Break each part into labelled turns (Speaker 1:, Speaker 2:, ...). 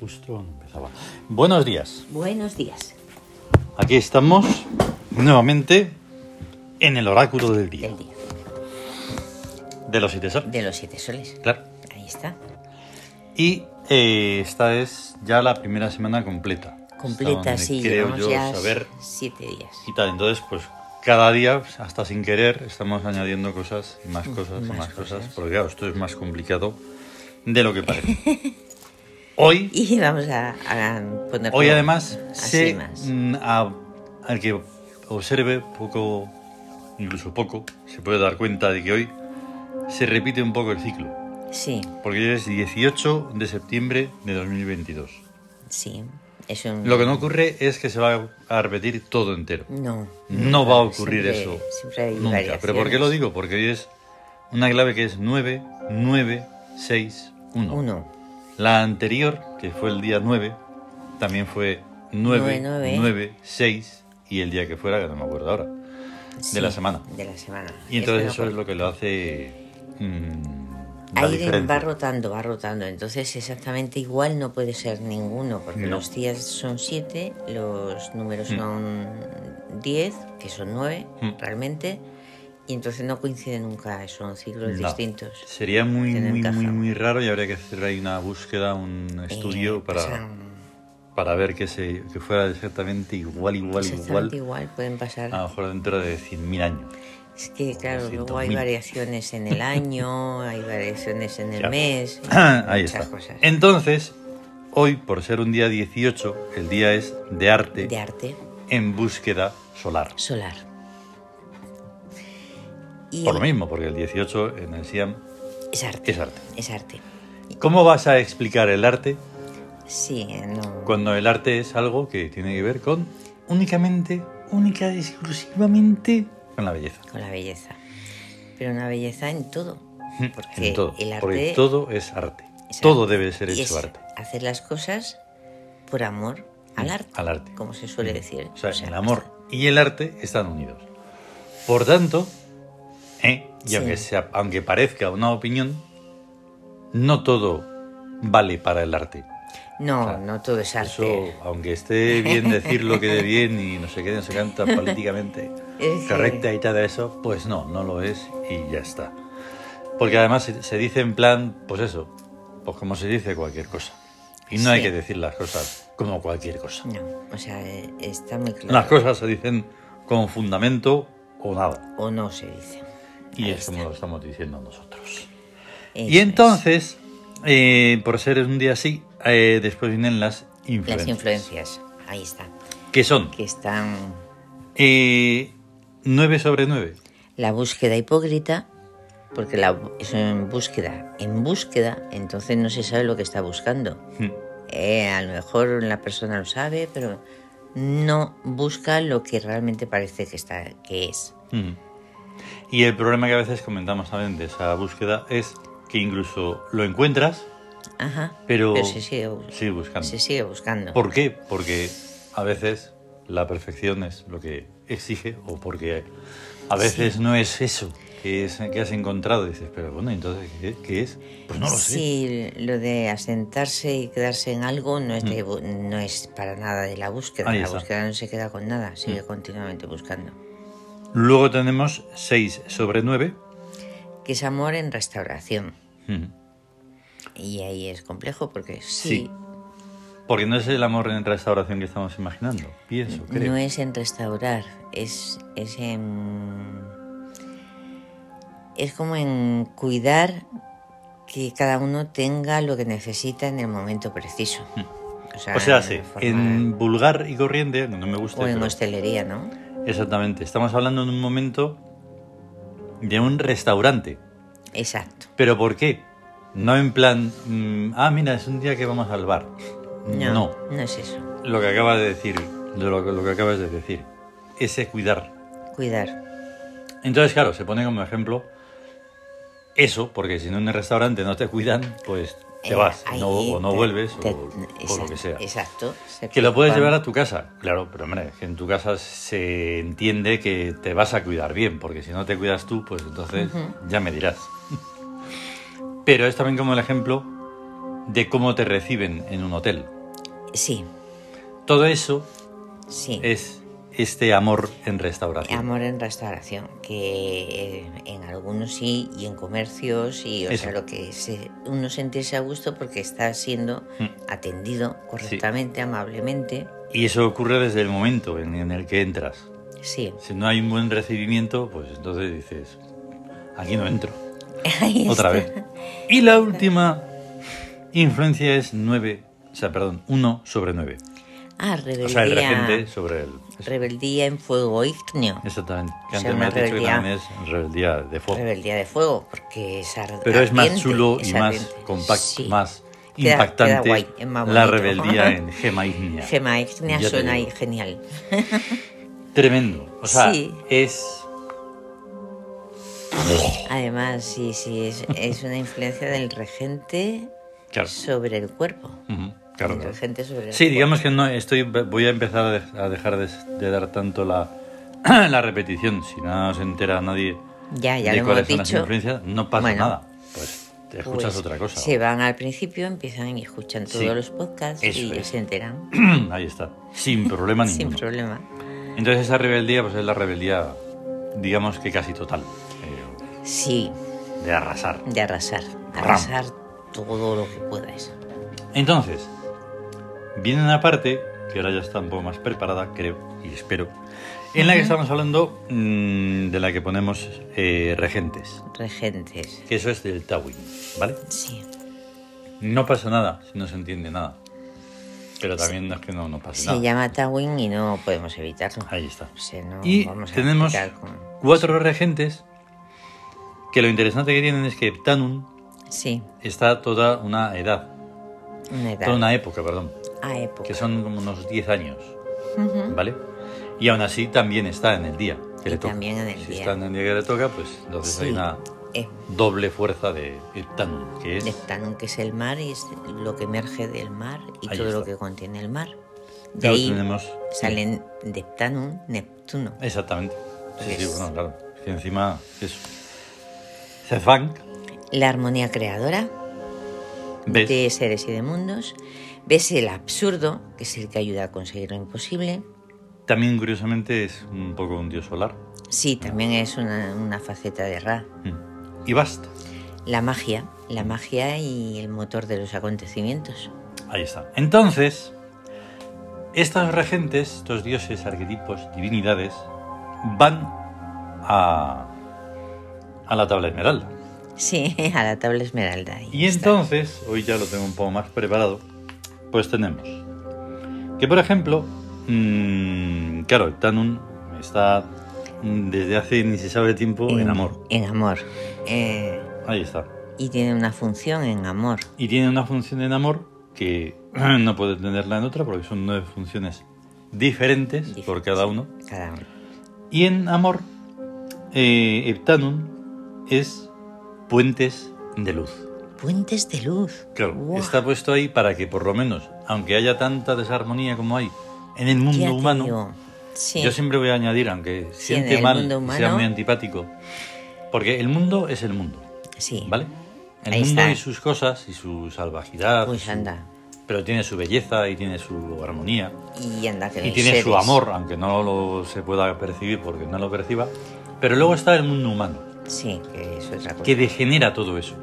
Speaker 1: justo empezaba. Buenos días.
Speaker 2: Buenos días.
Speaker 1: Aquí estamos nuevamente en el oráculo del día.
Speaker 2: Del día.
Speaker 1: De los siete soles.
Speaker 2: De los siete soles.
Speaker 1: Claro.
Speaker 2: Ahí está.
Speaker 1: Y eh, esta es ya la primera semana completa. Hasta
Speaker 2: Completa,
Speaker 1: donde
Speaker 2: sí.
Speaker 1: Creo
Speaker 2: llevamos
Speaker 1: yo
Speaker 2: ya
Speaker 1: saber
Speaker 2: siete días.
Speaker 1: y tal. Entonces, pues cada día, pues, hasta sin querer, estamos añadiendo cosas y más cosas y
Speaker 2: más
Speaker 1: más cosas.
Speaker 2: cosas.
Speaker 1: Porque claro, esto es más complicado de lo que parece. Hoy
Speaker 2: Y vamos a, a poner...
Speaker 1: Hoy además
Speaker 2: así
Speaker 1: se
Speaker 2: más.
Speaker 1: mm, a- al que observe poco, incluso poco, se puede dar cuenta de que hoy se repite un poco el ciclo,
Speaker 2: Sí,
Speaker 1: porque hoy es 18 de septiembre de 2022.
Speaker 2: sí. Es un...
Speaker 1: Lo que no ocurre es que se va a repetir todo entero.
Speaker 2: No.
Speaker 1: No va a ocurrir
Speaker 2: Siempre-
Speaker 1: eso
Speaker 2: Siempre hay
Speaker 1: nunca. ¿Pero por qué lo
Speaker 2: variaciones.
Speaker 1: digo? Porque hoy es una clave que es 9, 9, 6, 1.
Speaker 2: Uno.
Speaker 1: La anterior, que fue el día 9, también fue 9, 9,
Speaker 2: Nueve, nueve.
Speaker 1: 6 y el día que fuera, que no me acuerdo ahora.
Speaker 2: Sí,
Speaker 1: la semana.
Speaker 2: De la semana.
Speaker 1: Y entonces
Speaker 2: no
Speaker 1: eso es
Speaker 2: ocurre.
Speaker 1: lo que lo hace... mm, la
Speaker 2: Ahí
Speaker 1: diferencia.
Speaker 2: va rotando, va rotando. Entonces exactamente igual no puede ser ninguno, porque
Speaker 1: No.
Speaker 2: los días son siete, los números son diez, que son nueve
Speaker 1: Mm.
Speaker 2: realmente, y entonces no coinciden nunca, son ciclos
Speaker 1: No.
Speaker 2: distintos.
Speaker 1: Sería muy,
Speaker 2: Tienen
Speaker 1: muy,
Speaker 2: caja.
Speaker 1: muy, muy raro y habría que hacer ahí una búsqueda, un estudio
Speaker 2: Eh,
Speaker 1: para,
Speaker 2: pasan
Speaker 1: para ver que, se, que fuera exactamente igual, igual, Ah, igual.
Speaker 2: exactamente igual, pueden pasar.
Speaker 1: A lo mejor dentro de 100.000 años.
Speaker 2: Es que claro, luego hay
Speaker 1: 200.000.
Speaker 2: variaciones en el año, hay variaciones en el
Speaker 1: Ya.
Speaker 2: mes,
Speaker 1: Ahí
Speaker 2: muchas
Speaker 1: está.
Speaker 2: cosas.
Speaker 1: Entonces, hoy, por ser un día 18, el día es de arte.
Speaker 2: De arte.
Speaker 1: en búsqueda solar.
Speaker 2: solar. Y
Speaker 1: Por lo mismo, porque el 18 en el SIAM
Speaker 2: Es arte.
Speaker 1: es arte.
Speaker 2: Es arte.
Speaker 1: ¿Cómo vas a explicar el arte
Speaker 2: Sí, eh, no.
Speaker 1: cuando el arte es algo que tiene que ver con únicamente, única y exclusivamente con la belleza?
Speaker 2: Con la belleza. Pero una belleza en todo. Porque
Speaker 1: Mm, en todo.
Speaker 2: el arte.
Speaker 1: Porque todo es arte.
Speaker 2: es
Speaker 1: todo
Speaker 2: arte.
Speaker 1: debe ser
Speaker 2: Y
Speaker 1: hecho
Speaker 2: es
Speaker 1: arte. Mm,
Speaker 2: Hacer las cosas por amor al arte.
Speaker 1: al arte. Mm.
Speaker 2: Como se suele decir.
Speaker 1: O sea,
Speaker 2: O sea,
Speaker 1: el amor y el arte están unidos. Por tanto, ¿eh? y
Speaker 2: Sí.
Speaker 1: aunque, sea, aunque parezca una opinión, no todo vale para el arte.
Speaker 2: No,
Speaker 1: o sea,
Speaker 2: no todo es
Speaker 1: Eso,
Speaker 2: arte.
Speaker 1: aunque esté bien decir lo que de bien y no sé qué, no se canta políticamente
Speaker 2: Es que-
Speaker 1: correcta y tal, eso, pues no, no lo es y ya está. Porque además se, se dice en plan, pues eso, pues como se dice cualquier cosa. Y no hay
Speaker 2: Sí.
Speaker 1: que decir las cosas como cualquier cosa.
Speaker 2: No, o sea, eh, está muy claro.
Speaker 1: Las cosas se dicen con fundamento o nada.
Speaker 2: O no se dice.
Speaker 1: Y
Speaker 2: Ahí
Speaker 1: es como
Speaker 2: está.
Speaker 1: lo estamos diciendo nosotros.
Speaker 2: Eso
Speaker 1: Y
Speaker 2: es.
Speaker 1: entonces, eh, por ser un día así, eh, después vienen las influencias.
Speaker 2: Las influencias. Ahí está.
Speaker 1: ¿Qué son?
Speaker 2: Que están.
Speaker 1: Eh, 9 sobre 9.
Speaker 2: la búsqueda hipócrita, porque la, es en búsqueda, en búsqueda, entonces no se sabe lo que está buscando. Eh, a lo mejor la persona lo sabe, pero no busca lo que realmente parece que, está, que es.
Speaker 1: Mm. Y el problema que a veces comentamos también de esa búsqueda es que incluso lo encuentras,
Speaker 2: Ajá.
Speaker 1: pero,
Speaker 2: se sigue, bus-
Speaker 1: sigue buscando.
Speaker 2: se sigue buscando.
Speaker 1: ¿Por qué? Porque a veces la perfección es lo que exige o porque a veces no es eso que, es, que has encontrado. dices, pero bueno, entonces, ¿qué, qué es? Pues no lo sé.
Speaker 2: Sí, lo de asentarse y quedarse en algo no es, de bu- no es para nada de la búsqueda.
Speaker 1: Mm. Ahí
Speaker 2: la
Speaker 1: está. Mm.
Speaker 2: búsqueda no se queda con nada, sigue continuamente buscando.
Speaker 1: Luego tenemos 6 sobre 9.
Speaker 2: Que es amor en restauración. Mm. Y ahí es complejo porque sí,
Speaker 1: Sí, Porque no es el amor en restauración que estamos imaginando, pienso, creo.
Speaker 2: no es en restaurar, es, es en... Es como en cuidar que cada uno tenga lo que necesita en el momento preciso.
Speaker 1: Hmm. O sea, sí,
Speaker 2: en forma-
Speaker 1: en vulgar y corriente, no me gusta.
Speaker 2: O en
Speaker 1: pero-
Speaker 2: hostelería, ¿no?
Speaker 1: Exactamente, estamos hablando en un momento de un restaurante.
Speaker 2: Exacto.
Speaker 1: ¿Pero por qué? No en plan, mm, ah, mira, es un día que vamos al bar. No.
Speaker 2: No, no es eso.
Speaker 1: Lo que acabas de decir, de lo, que- lo que acabas de decir, ese cuidar.
Speaker 2: Cuidar.
Speaker 1: Entonces, claro, se pone como ejemplo eso, porque si en un restaurante no te cuidan, pues te
Speaker 2: Eh,
Speaker 1: vas,
Speaker 2: ahí
Speaker 1: no- o no
Speaker 2: te-
Speaker 1: vuelves, o-
Speaker 2: te-
Speaker 1: o, lo que sea.
Speaker 2: Exacto. se
Speaker 1: Que lo puedes
Speaker 2: preocupan.
Speaker 1: llevar a tu casa, claro, pero hombre, que en tu casa se entiende que te vas a cuidar bien, porque si no te cuidas tú, pues entonces ya me dirás. Pero es también como el ejemplo de cómo te reciben en un hotel.
Speaker 2: Sí,
Speaker 1: Todo eso
Speaker 2: sí.
Speaker 1: es este amor en restauración.
Speaker 2: Amor en restauración, que eh, en algunos sí, y en comercios, y o
Speaker 1: Eso.
Speaker 2: sea, lo que se- uno sentirse a gusto porque está siendo
Speaker 1: Mm.
Speaker 2: atendido correctamente, amablemente.
Speaker 1: Y eso ocurre desde el momento en, en el que entras.
Speaker 2: Sí.
Speaker 1: Si no hay un buen recibimiento, pues entonces dices, aquí no entro.
Speaker 2: Ahí
Speaker 1: Otra
Speaker 2: está.
Speaker 1: vez. Y la última influencia es 9, o sea, perdón, 1 sobre 9.
Speaker 2: Ah, rebeldía.
Speaker 1: O sea, el regente sobre el...
Speaker 2: Rebeldía en fuego ígneo.
Speaker 1: Exactamente. Que
Speaker 2: O sea,
Speaker 1: antes me
Speaker 2: una
Speaker 1: has dicho que
Speaker 2: rebeldía.
Speaker 1: también es rebeldía de fuego.
Speaker 2: Rebeldía de fuego, porque es ar-
Speaker 1: Pero es más
Speaker 2: ardiente,
Speaker 1: chulo
Speaker 2: es
Speaker 1: y más
Speaker 2: ardiente.
Speaker 1: compacto,
Speaker 2: Sí.
Speaker 1: más
Speaker 2: Queda-
Speaker 1: impactante
Speaker 2: queda guay, es más
Speaker 1: la
Speaker 2: bonito.
Speaker 1: rebeldía en Gema Ignea.
Speaker 2: Gema ígnea
Speaker 1: Ya te
Speaker 2: suena ahí
Speaker 1: digo.
Speaker 2: genial.
Speaker 1: Tremendo. O sea,
Speaker 2: Sí.
Speaker 1: es...
Speaker 2: Además, sí, sí, es, es una influencia del regente
Speaker 1: Claro.
Speaker 2: sobre el cuerpo.
Speaker 1: Ujú, claro,
Speaker 2: Del
Speaker 1: claro.
Speaker 2: regente sobre el
Speaker 1: Sí,
Speaker 2: cuerpo.
Speaker 1: digamos que no estoy. Voy a empezar a, de- a dejar de, de dar tanto la, la repetición. Si no se entera nadie
Speaker 2: Ya, Ah, ya
Speaker 1: de
Speaker 2: lo
Speaker 1: cuáles
Speaker 2: hemos
Speaker 1: son las
Speaker 2: dicho.
Speaker 1: influencias, no pasa
Speaker 2: Bueno.
Speaker 1: nada. Pues te escuchas
Speaker 2: Pues,
Speaker 1: otra cosa.
Speaker 2: Se van al principio, empiezan y escuchan todos
Speaker 1: Sí.
Speaker 2: los podcasts
Speaker 1: Eso
Speaker 2: y
Speaker 1: es.
Speaker 2: se enteran
Speaker 1: Ahí está, sin problema
Speaker 2: sin
Speaker 1: ninguno.
Speaker 2: problema.
Speaker 1: Entonces esa rebeldía, pues es la rebeldía, digamos que casi total, eh,
Speaker 2: Sí,
Speaker 1: de arrasar.
Speaker 2: de arrasar. Arrasar todo lo que puedas.
Speaker 1: Entonces, viene una parte, que ahora ya está un poco más preparada, creo y espero, en la que estamos hablando mm, de la que ponemos eh, regentes,
Speaker 2: Regentes.
Speaker 1: que eso es del Tawin, ¿vale?
Speaker 2: Sí.
Speaker 1: No pasa nada si no se entiende nada. Pero también es que no, no pasa
Speaker 2: Se
Speaker 1: Pues nada.
Speaker 2: llama Tawin y no podemos evitarlo.
Speaker 1: Ahí está.
Speaker 2: O sea, no
Speaker 1: Y
Speaker 2: vamos a
Speaker 1: tenemos
Speaker 2: explicar con-
Speaker 1: cuatro regentes que lo interesante que tienen es que Tanun
Speaker 2: Sí,
Speaker 1: está toda una edad,
Speaker 2: una edad.
Speaker 1: toda una época, perdón,
Speaker 2: A época.
Speaker 1: que son como unos 10 años.
Speaker 2: Ujú.
Speaker 1: ¿Vale? Y aún así también está en el día que
Speaker 2: Y
Speaker 1: le toca.
Speaker 2: también en el
Speaker 1: si
Speaker 2: día.
Speaker 1: está en el día que le toca, pues entonces
Speaker 2: Sí,
Speaker 1: hay una
Speaker 2: eh,
Speaker 1: doble fuerza de Tanun, que es...
Speaker 2: de Tanun, que es el mar y es lo que emerge del mar y
Speaker 1: Ahí
Speaker 2: todo lo
Speaker 1: está.
Speaker 2: que contiene el mar. De
Speaker 1: Claro,
Speaker 2: ahí
Speaker 1: tenemos-
Speaker 2: salen Deptanum, Neptuno.
Speaker 1: Exactamente. Sí, sí,
Speaker 2: Es-
Speaker 1: bueno, claro. Es que encima eso. Cefang,
Speaker 2: La armonía creadora
Speaker 1: ¿ves?
Speaker 2: de seres y de mundos. Ves el absurdo, que es el que ayuda a conseguir lo imposible.
Speaker 1: También curiosamente es un poco un dios solar.
Speaker 2: Sí, también es una, una faceta de Ra.
Speaker 1: Mm. Y basta.
Speaker 2: La magia, la magia y el motor de los acontecimientos.
Speaker 1: Ahí está. Entonces, estos regentes, estos dioses, arquetipos, divinidades, van a, a la tabla esmeralda.
Speaker 2: Sí, a la tabla esmeralda. ahí
Speaker 1: Y
Speaker 2: está.
Speaker 1: entonces, hoy ya lo tengo un poco más preparado, pues tenemos que, por ejemplo, mm, claro, el Tanun está mm, desde hace ni se sabe tiempo en amor.
Speaker 2: En amor. Eh,
Speaker 1: Ahí está.
Speaker 2: y tiene una función en amor.
Speaker 1: Y tiene una función en amor que no puede tenerla en otra porque son nueve funciones diferentes por cada uno.
Speaker 2: Cada uno.
Speaker 1: Y en amor, eh, Heptanum es puentes de luz.
Speaker 2: Puentes de luz.
Speaker 1: Claro,
Speaker 2: Guau,
Speaker 1: está puesto ahí para que por lo menos, aunque haya tanta desarmonía como hay en el
Speaker 2: ya
Speaker 1: mundo
Speaker 2: te
Speaker 1: humano,
Speaker 2: digo. Sí,
Speaker 1: yo siempre voy a añadir, aunque
Speaker 2: Sí, en
Speaker 1: siente
Speaker 2: el
Speaker 1: mal,
Speaker 2: mundo
Speaker 1: y sea
Speaker 2: humano.
Speaker 1: muy antipático, porque el mundo es el mundo,
Speaker 2: sí.
Speaker 1: ¿vale? El
Speaker 2: Ahí
Speaker 1: mundo
Speaker 2: está.
Speaker 1: y sus cosas y su salvajidad,
Speaker 2: Pues
Speaker 1: su-
Speaker 2: anda.
Speaker 1: pero tiene su belleza y tiene su armonía
Speaker 2: Y anda que
Speaker 1: y
Speaker 2: hay
Speaker 1: tiene su
Speaker 2: seres.
Speaker 1: amor, aunque no lo se pueda percibir porque no lo perciba. Pero luego está el mundo humano,
Speaker 2: Sí, que es otra cosa.
Speaker 1: que degenera todo eso,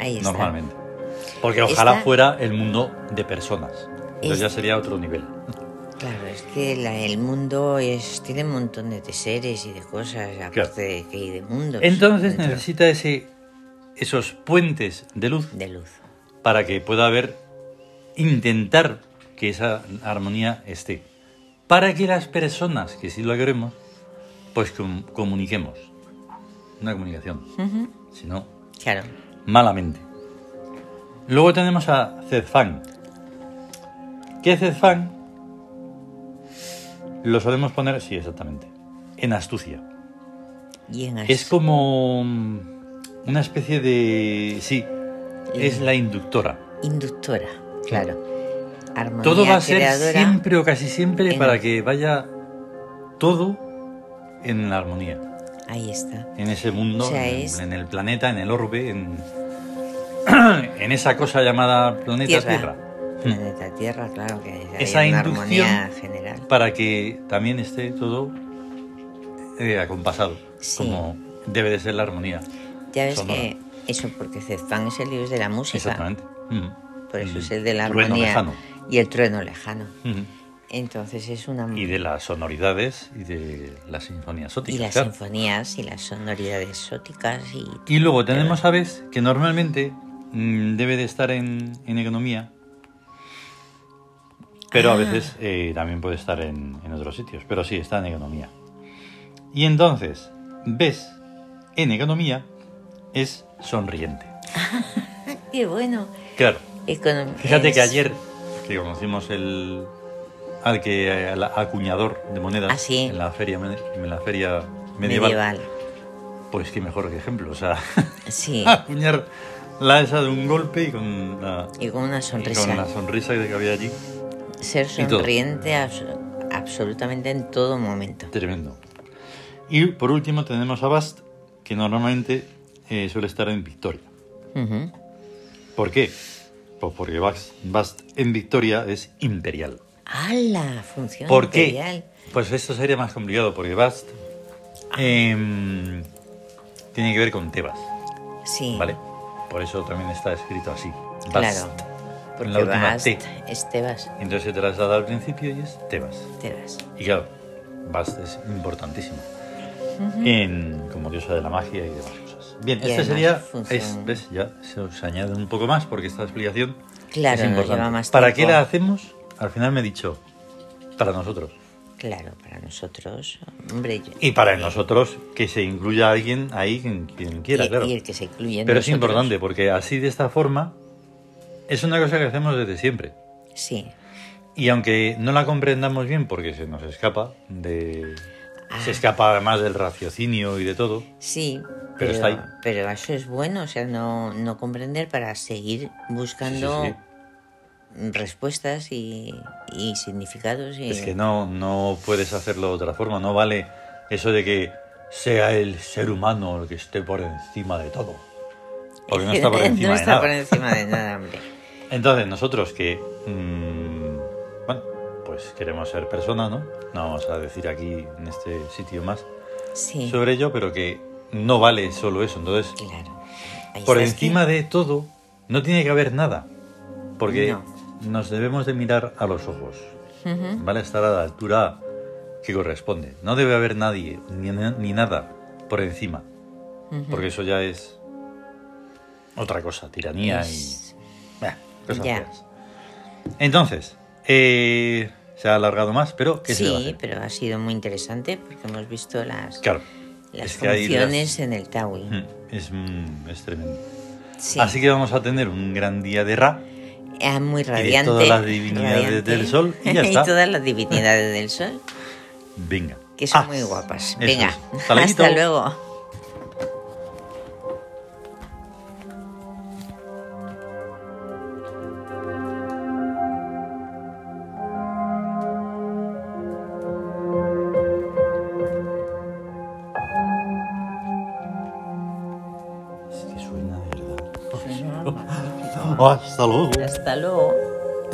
Speaker 2: Ahí está.
Speaker 1: normalmente. Porque ojalá
Speaker 2: Está-
Speaker 1: fuera el mundo de personas. Entonces ya
Speaker 2: Es-
Speaker 1: sería otro nivel.
Speaker 2: Claro, es que la- el mundo es, tiene un montón de seres y de cosas, aparte
Speaker 1: Claro.
Speaker 2: de que hay de mundos.
Speaker 1: Entonces
Speaker 2: dentro
Speaker 1: necesita ese, esos puentes de luz
Speaker 2: De luz.
Speaker 1: para que pueda haber, intentar que esa armonía esté. Para que las personas que sí lo queremos, pues com- comuniquemos. Una comunicación. Si no,
Speaker 2: Claro.
Speaker 1: malamente. Luego tenemos a Zedfang. Que Zedfang lo solemos poner, sí, exactamente, en astucia.
Speaker 2: Y en
Speaker 1: Es
Speaker 2: as-
Speaker 1: como mm, una especie de... Sí, es la inductora.
Speaker 2: inductora, claro. Armonía
Speaker 1: Todo va a ser
Speaker 2: creadora.
Speaker 1: siempre o casi siempre
Speaker 2: en-
Speaker 1: para que vaya todo en la armonía,
Speaker 2: Ahí está.
Speaker 1: en ese mundo,
Speaker 2: O sea,
Speaker 1: en, el-
Speaker 2: es-
Speaker 1: en el planeta, en el orbe, en, en esa cosa llamada planeta Tierra. Hmm.
Speaker 2: Tierra. planeta Tierra, claro que haya
Speaker 1: Esa
Speaker 2: una
Speaker 1: inducción
Speaker 2: armonía general.
Speaker 1: para que también esté todo eh, acompasado,
Speaker 2: Sí.
Speaker 1: como debe de ser la armonía.
Speaker 2: Ya ves
Speaker 1: sonora.
Speaker 2: que eso, porque Cezán es el dios de la música,
Speaker 1: Exactamente. Mm.
Speaker 2: por eso
Speaker 1: Mm.
Speaker 2: es el de la
Speaker 1: Trueno
Speaker 2: armonía
Speaker 1: lejano.
Speaker 2: y el trueno lejano.
Speaker 1: Mm.
Speaker 2: Entonces es una...
Speaker 1: Y de las sonoridades y de las sinfonías
Speaker 2: y
Speaker 1: sóticas.
Speaker 2: las
Speaker 1: claro.
Speaker 2: sinfonías y las sonoridades exóticas y...
Speaker 1: Y luego tenemos aves que normalmente mm, debe de estar en, en economía, pero a
Speaker 2: Ah.
Speaker 1: veces eh, también puede estar en, en otros sitios, pero sí, está en economía. Y entonces, ves, en economía es sonriente.
Speaker 2: ¡Qué bueno!
Speaker 1: Claro,
Speaker 2: Econom-
Speaker 1: fíjate que
Speaker 2: es-
Speaker 1: ayer que conocimos el al que al acuñador de monedas
Speaker 2: Ah, sí.
Speaker 1: en la feria me- en la feria medieval,
Speaker 2: medieval.
Speaker 1: pues qué mejor que ejemplo, o sea,
Speaker 2: Sí,
Speaker 1: acuñar Ah, la esa de un golpe y con la,
Speaker 2: y con una
Speaker 1: y
Speaker 2: sonrisa.
Speaker 1: con la sonrisa que había allí.
Speaker 2: Ser
Speaker 1: y todo.
Speaker 2: sonriente abs- absolutamente en todo momento.
Speaker 1: Tremendo. Y por último tenemos a Bast, que normalmente eh, suele estar en Victoria.
Speaker 2: Ujú.
Speaker 1: ¿Por qué? Pues porque Bast, Bast en Victoria es imperial.
Speaker 2: ¡Hala! Funciona.
Speaker 1: ¿Por qué?
Speaker 2: imperial.
Speaker 1: Pues esto sería más complicado, porque Bast em, tiene que ver con Tebas,
Speaker 2: Sí.
Speaker 1: ¿vale? Por eso también está escrito así. Bast.
Speaker 2: Claro. Porque
Speaker 1: la última
Speaker 2: vas,
Speaker 1: T.
Speaker 2: es Tebas.
Speaker 1: Entonces se traslada al principio y es Tebas.
Speaker 2: Tebas.
Speaker 1: Y claro, Bast es importantísimo. en- como diosa de la magia y demás cosas. Bien,
Speaker 2: Y
Speaker 1: este
Speaker 2: además
Speaker 1: sería.
Speaker 2: función-
Speaker 1: es- ¿Ves? Ya se os añade un poco más porque esta explicación.
Speaker 2: Claro,
Speaker 1: es
Speaker 2: nos
Speaker 1: importante.
Speaker 2: lleva más
Speaker 1: ¿Para
Speaker 2: tiempo.
Speaker 1: qué la hacemos? Al final me he dicho. Para nosotros.
Speaker 2: Claro, para nosotros, hombre. yo-
Speaker 1: Y para nosotros que se incluya alguien ahí, quien, quien quiera,
Speaker 2: y,
Speaker 1: claro.
Speaker 2: y el que se incluye en
Speaker 1: Pero es
Speaker 2: nosotros.
Speaker 1: importante porque así de esta forma es una cosa que hacemos desde siempre.
Speaker 2: Sí.
Speaker 1: Y aunque no la comprendamos bien porque se nos escapa de...
Speaker 2: Ah.
Speaker 1: Se escapa además del raciocinio y de todo.
Speaker 2: Sí.
Speaker 1: Pero
Speaker 2: Pero,
Speaker 1: está ahí.
Speaker 2: pero eso es bueno, o sea, no, no comprender para seguir buscando
Speaker 1: Sí, sí,
Speaker 2: respuestas y, y significados. Y...
Speaker 1: Es que no, no puedes hacerlo de otra forma. No vale eso de que sea el ser humano el que esté por encima de todo. Porque no está por encima
Speaker 2: no
Speaker 1: de
Speaker 2: está
Speaker 1: nada.
Speaker 2: por encima de nada, hombre.
Speaker 1: Entonces, nosotros que. mm, bueno, pues queremos ser personas, ¿no? No vamos a decir aquí en este sitio más
Speaker 2: Sí,
Speaker 1: sobre ello, pero que no vale solo eso. Entonces,
Speaker 2: claro. Ahí
Speaker 1: por
Speaker 2: estás
Speaker 1: encima
Speaker 2: que-
Speaker 1: de todo, no tiene que haber nada. Porque
Speaker 2: No.
Speaker 1: nos debemos de mirar a los ojos.
Speaker 2: Ujú.
Speaker 1: ¿vale? Estar a la altura que corresponde. No debe haber nadie ni, na- ni nada por encima,
Speaker 2: Ujú.
Speaker 1: porque eso ya es otra cosa, tiranía
Speaker 2: Es-
Speaker 1: y bah, cosas
Speaker 2: Ya.
Speaker 1: feas. Entonces, eh, se ha alargado más, pero ¿qué se le va a
Speaker 2: Sí,
Speaker 1: hacer?
Speaker 2: pero ha sido muy interesante porque hemos visto las,
Speaker 1: Claro,
Speaker 2: las
Speaker 1: es que hay las-
Speaker 2: funciones en el Tawi.
Speaker 1: mm, es, mm, es tremendo.
Speaker 2: Sí,
Speaker 1: Así que vamos a tener un gran día de Ra.
Speaker 2: Ah, muy
Speaker 1: de
Speaker 2: radiante.
Speaker 1: todas las divinidades del sol, y ya está.
Speaker 2: todas las divinidades del sol,
Speaker 1: Venga.
Speaker 2: que son
Speaker 1: Ah,
Speaker 2: muy guapas.
Speaker 1: eso
Speaker 2: Venga,
Speaker 1: es. Hasta
Speaker 2: hasta
Speaker 1: luego.
Speaker 2: luego.
Speaker 1: Es que suena de verdad. Hasta luego.
Speaker 2: Hasta luego.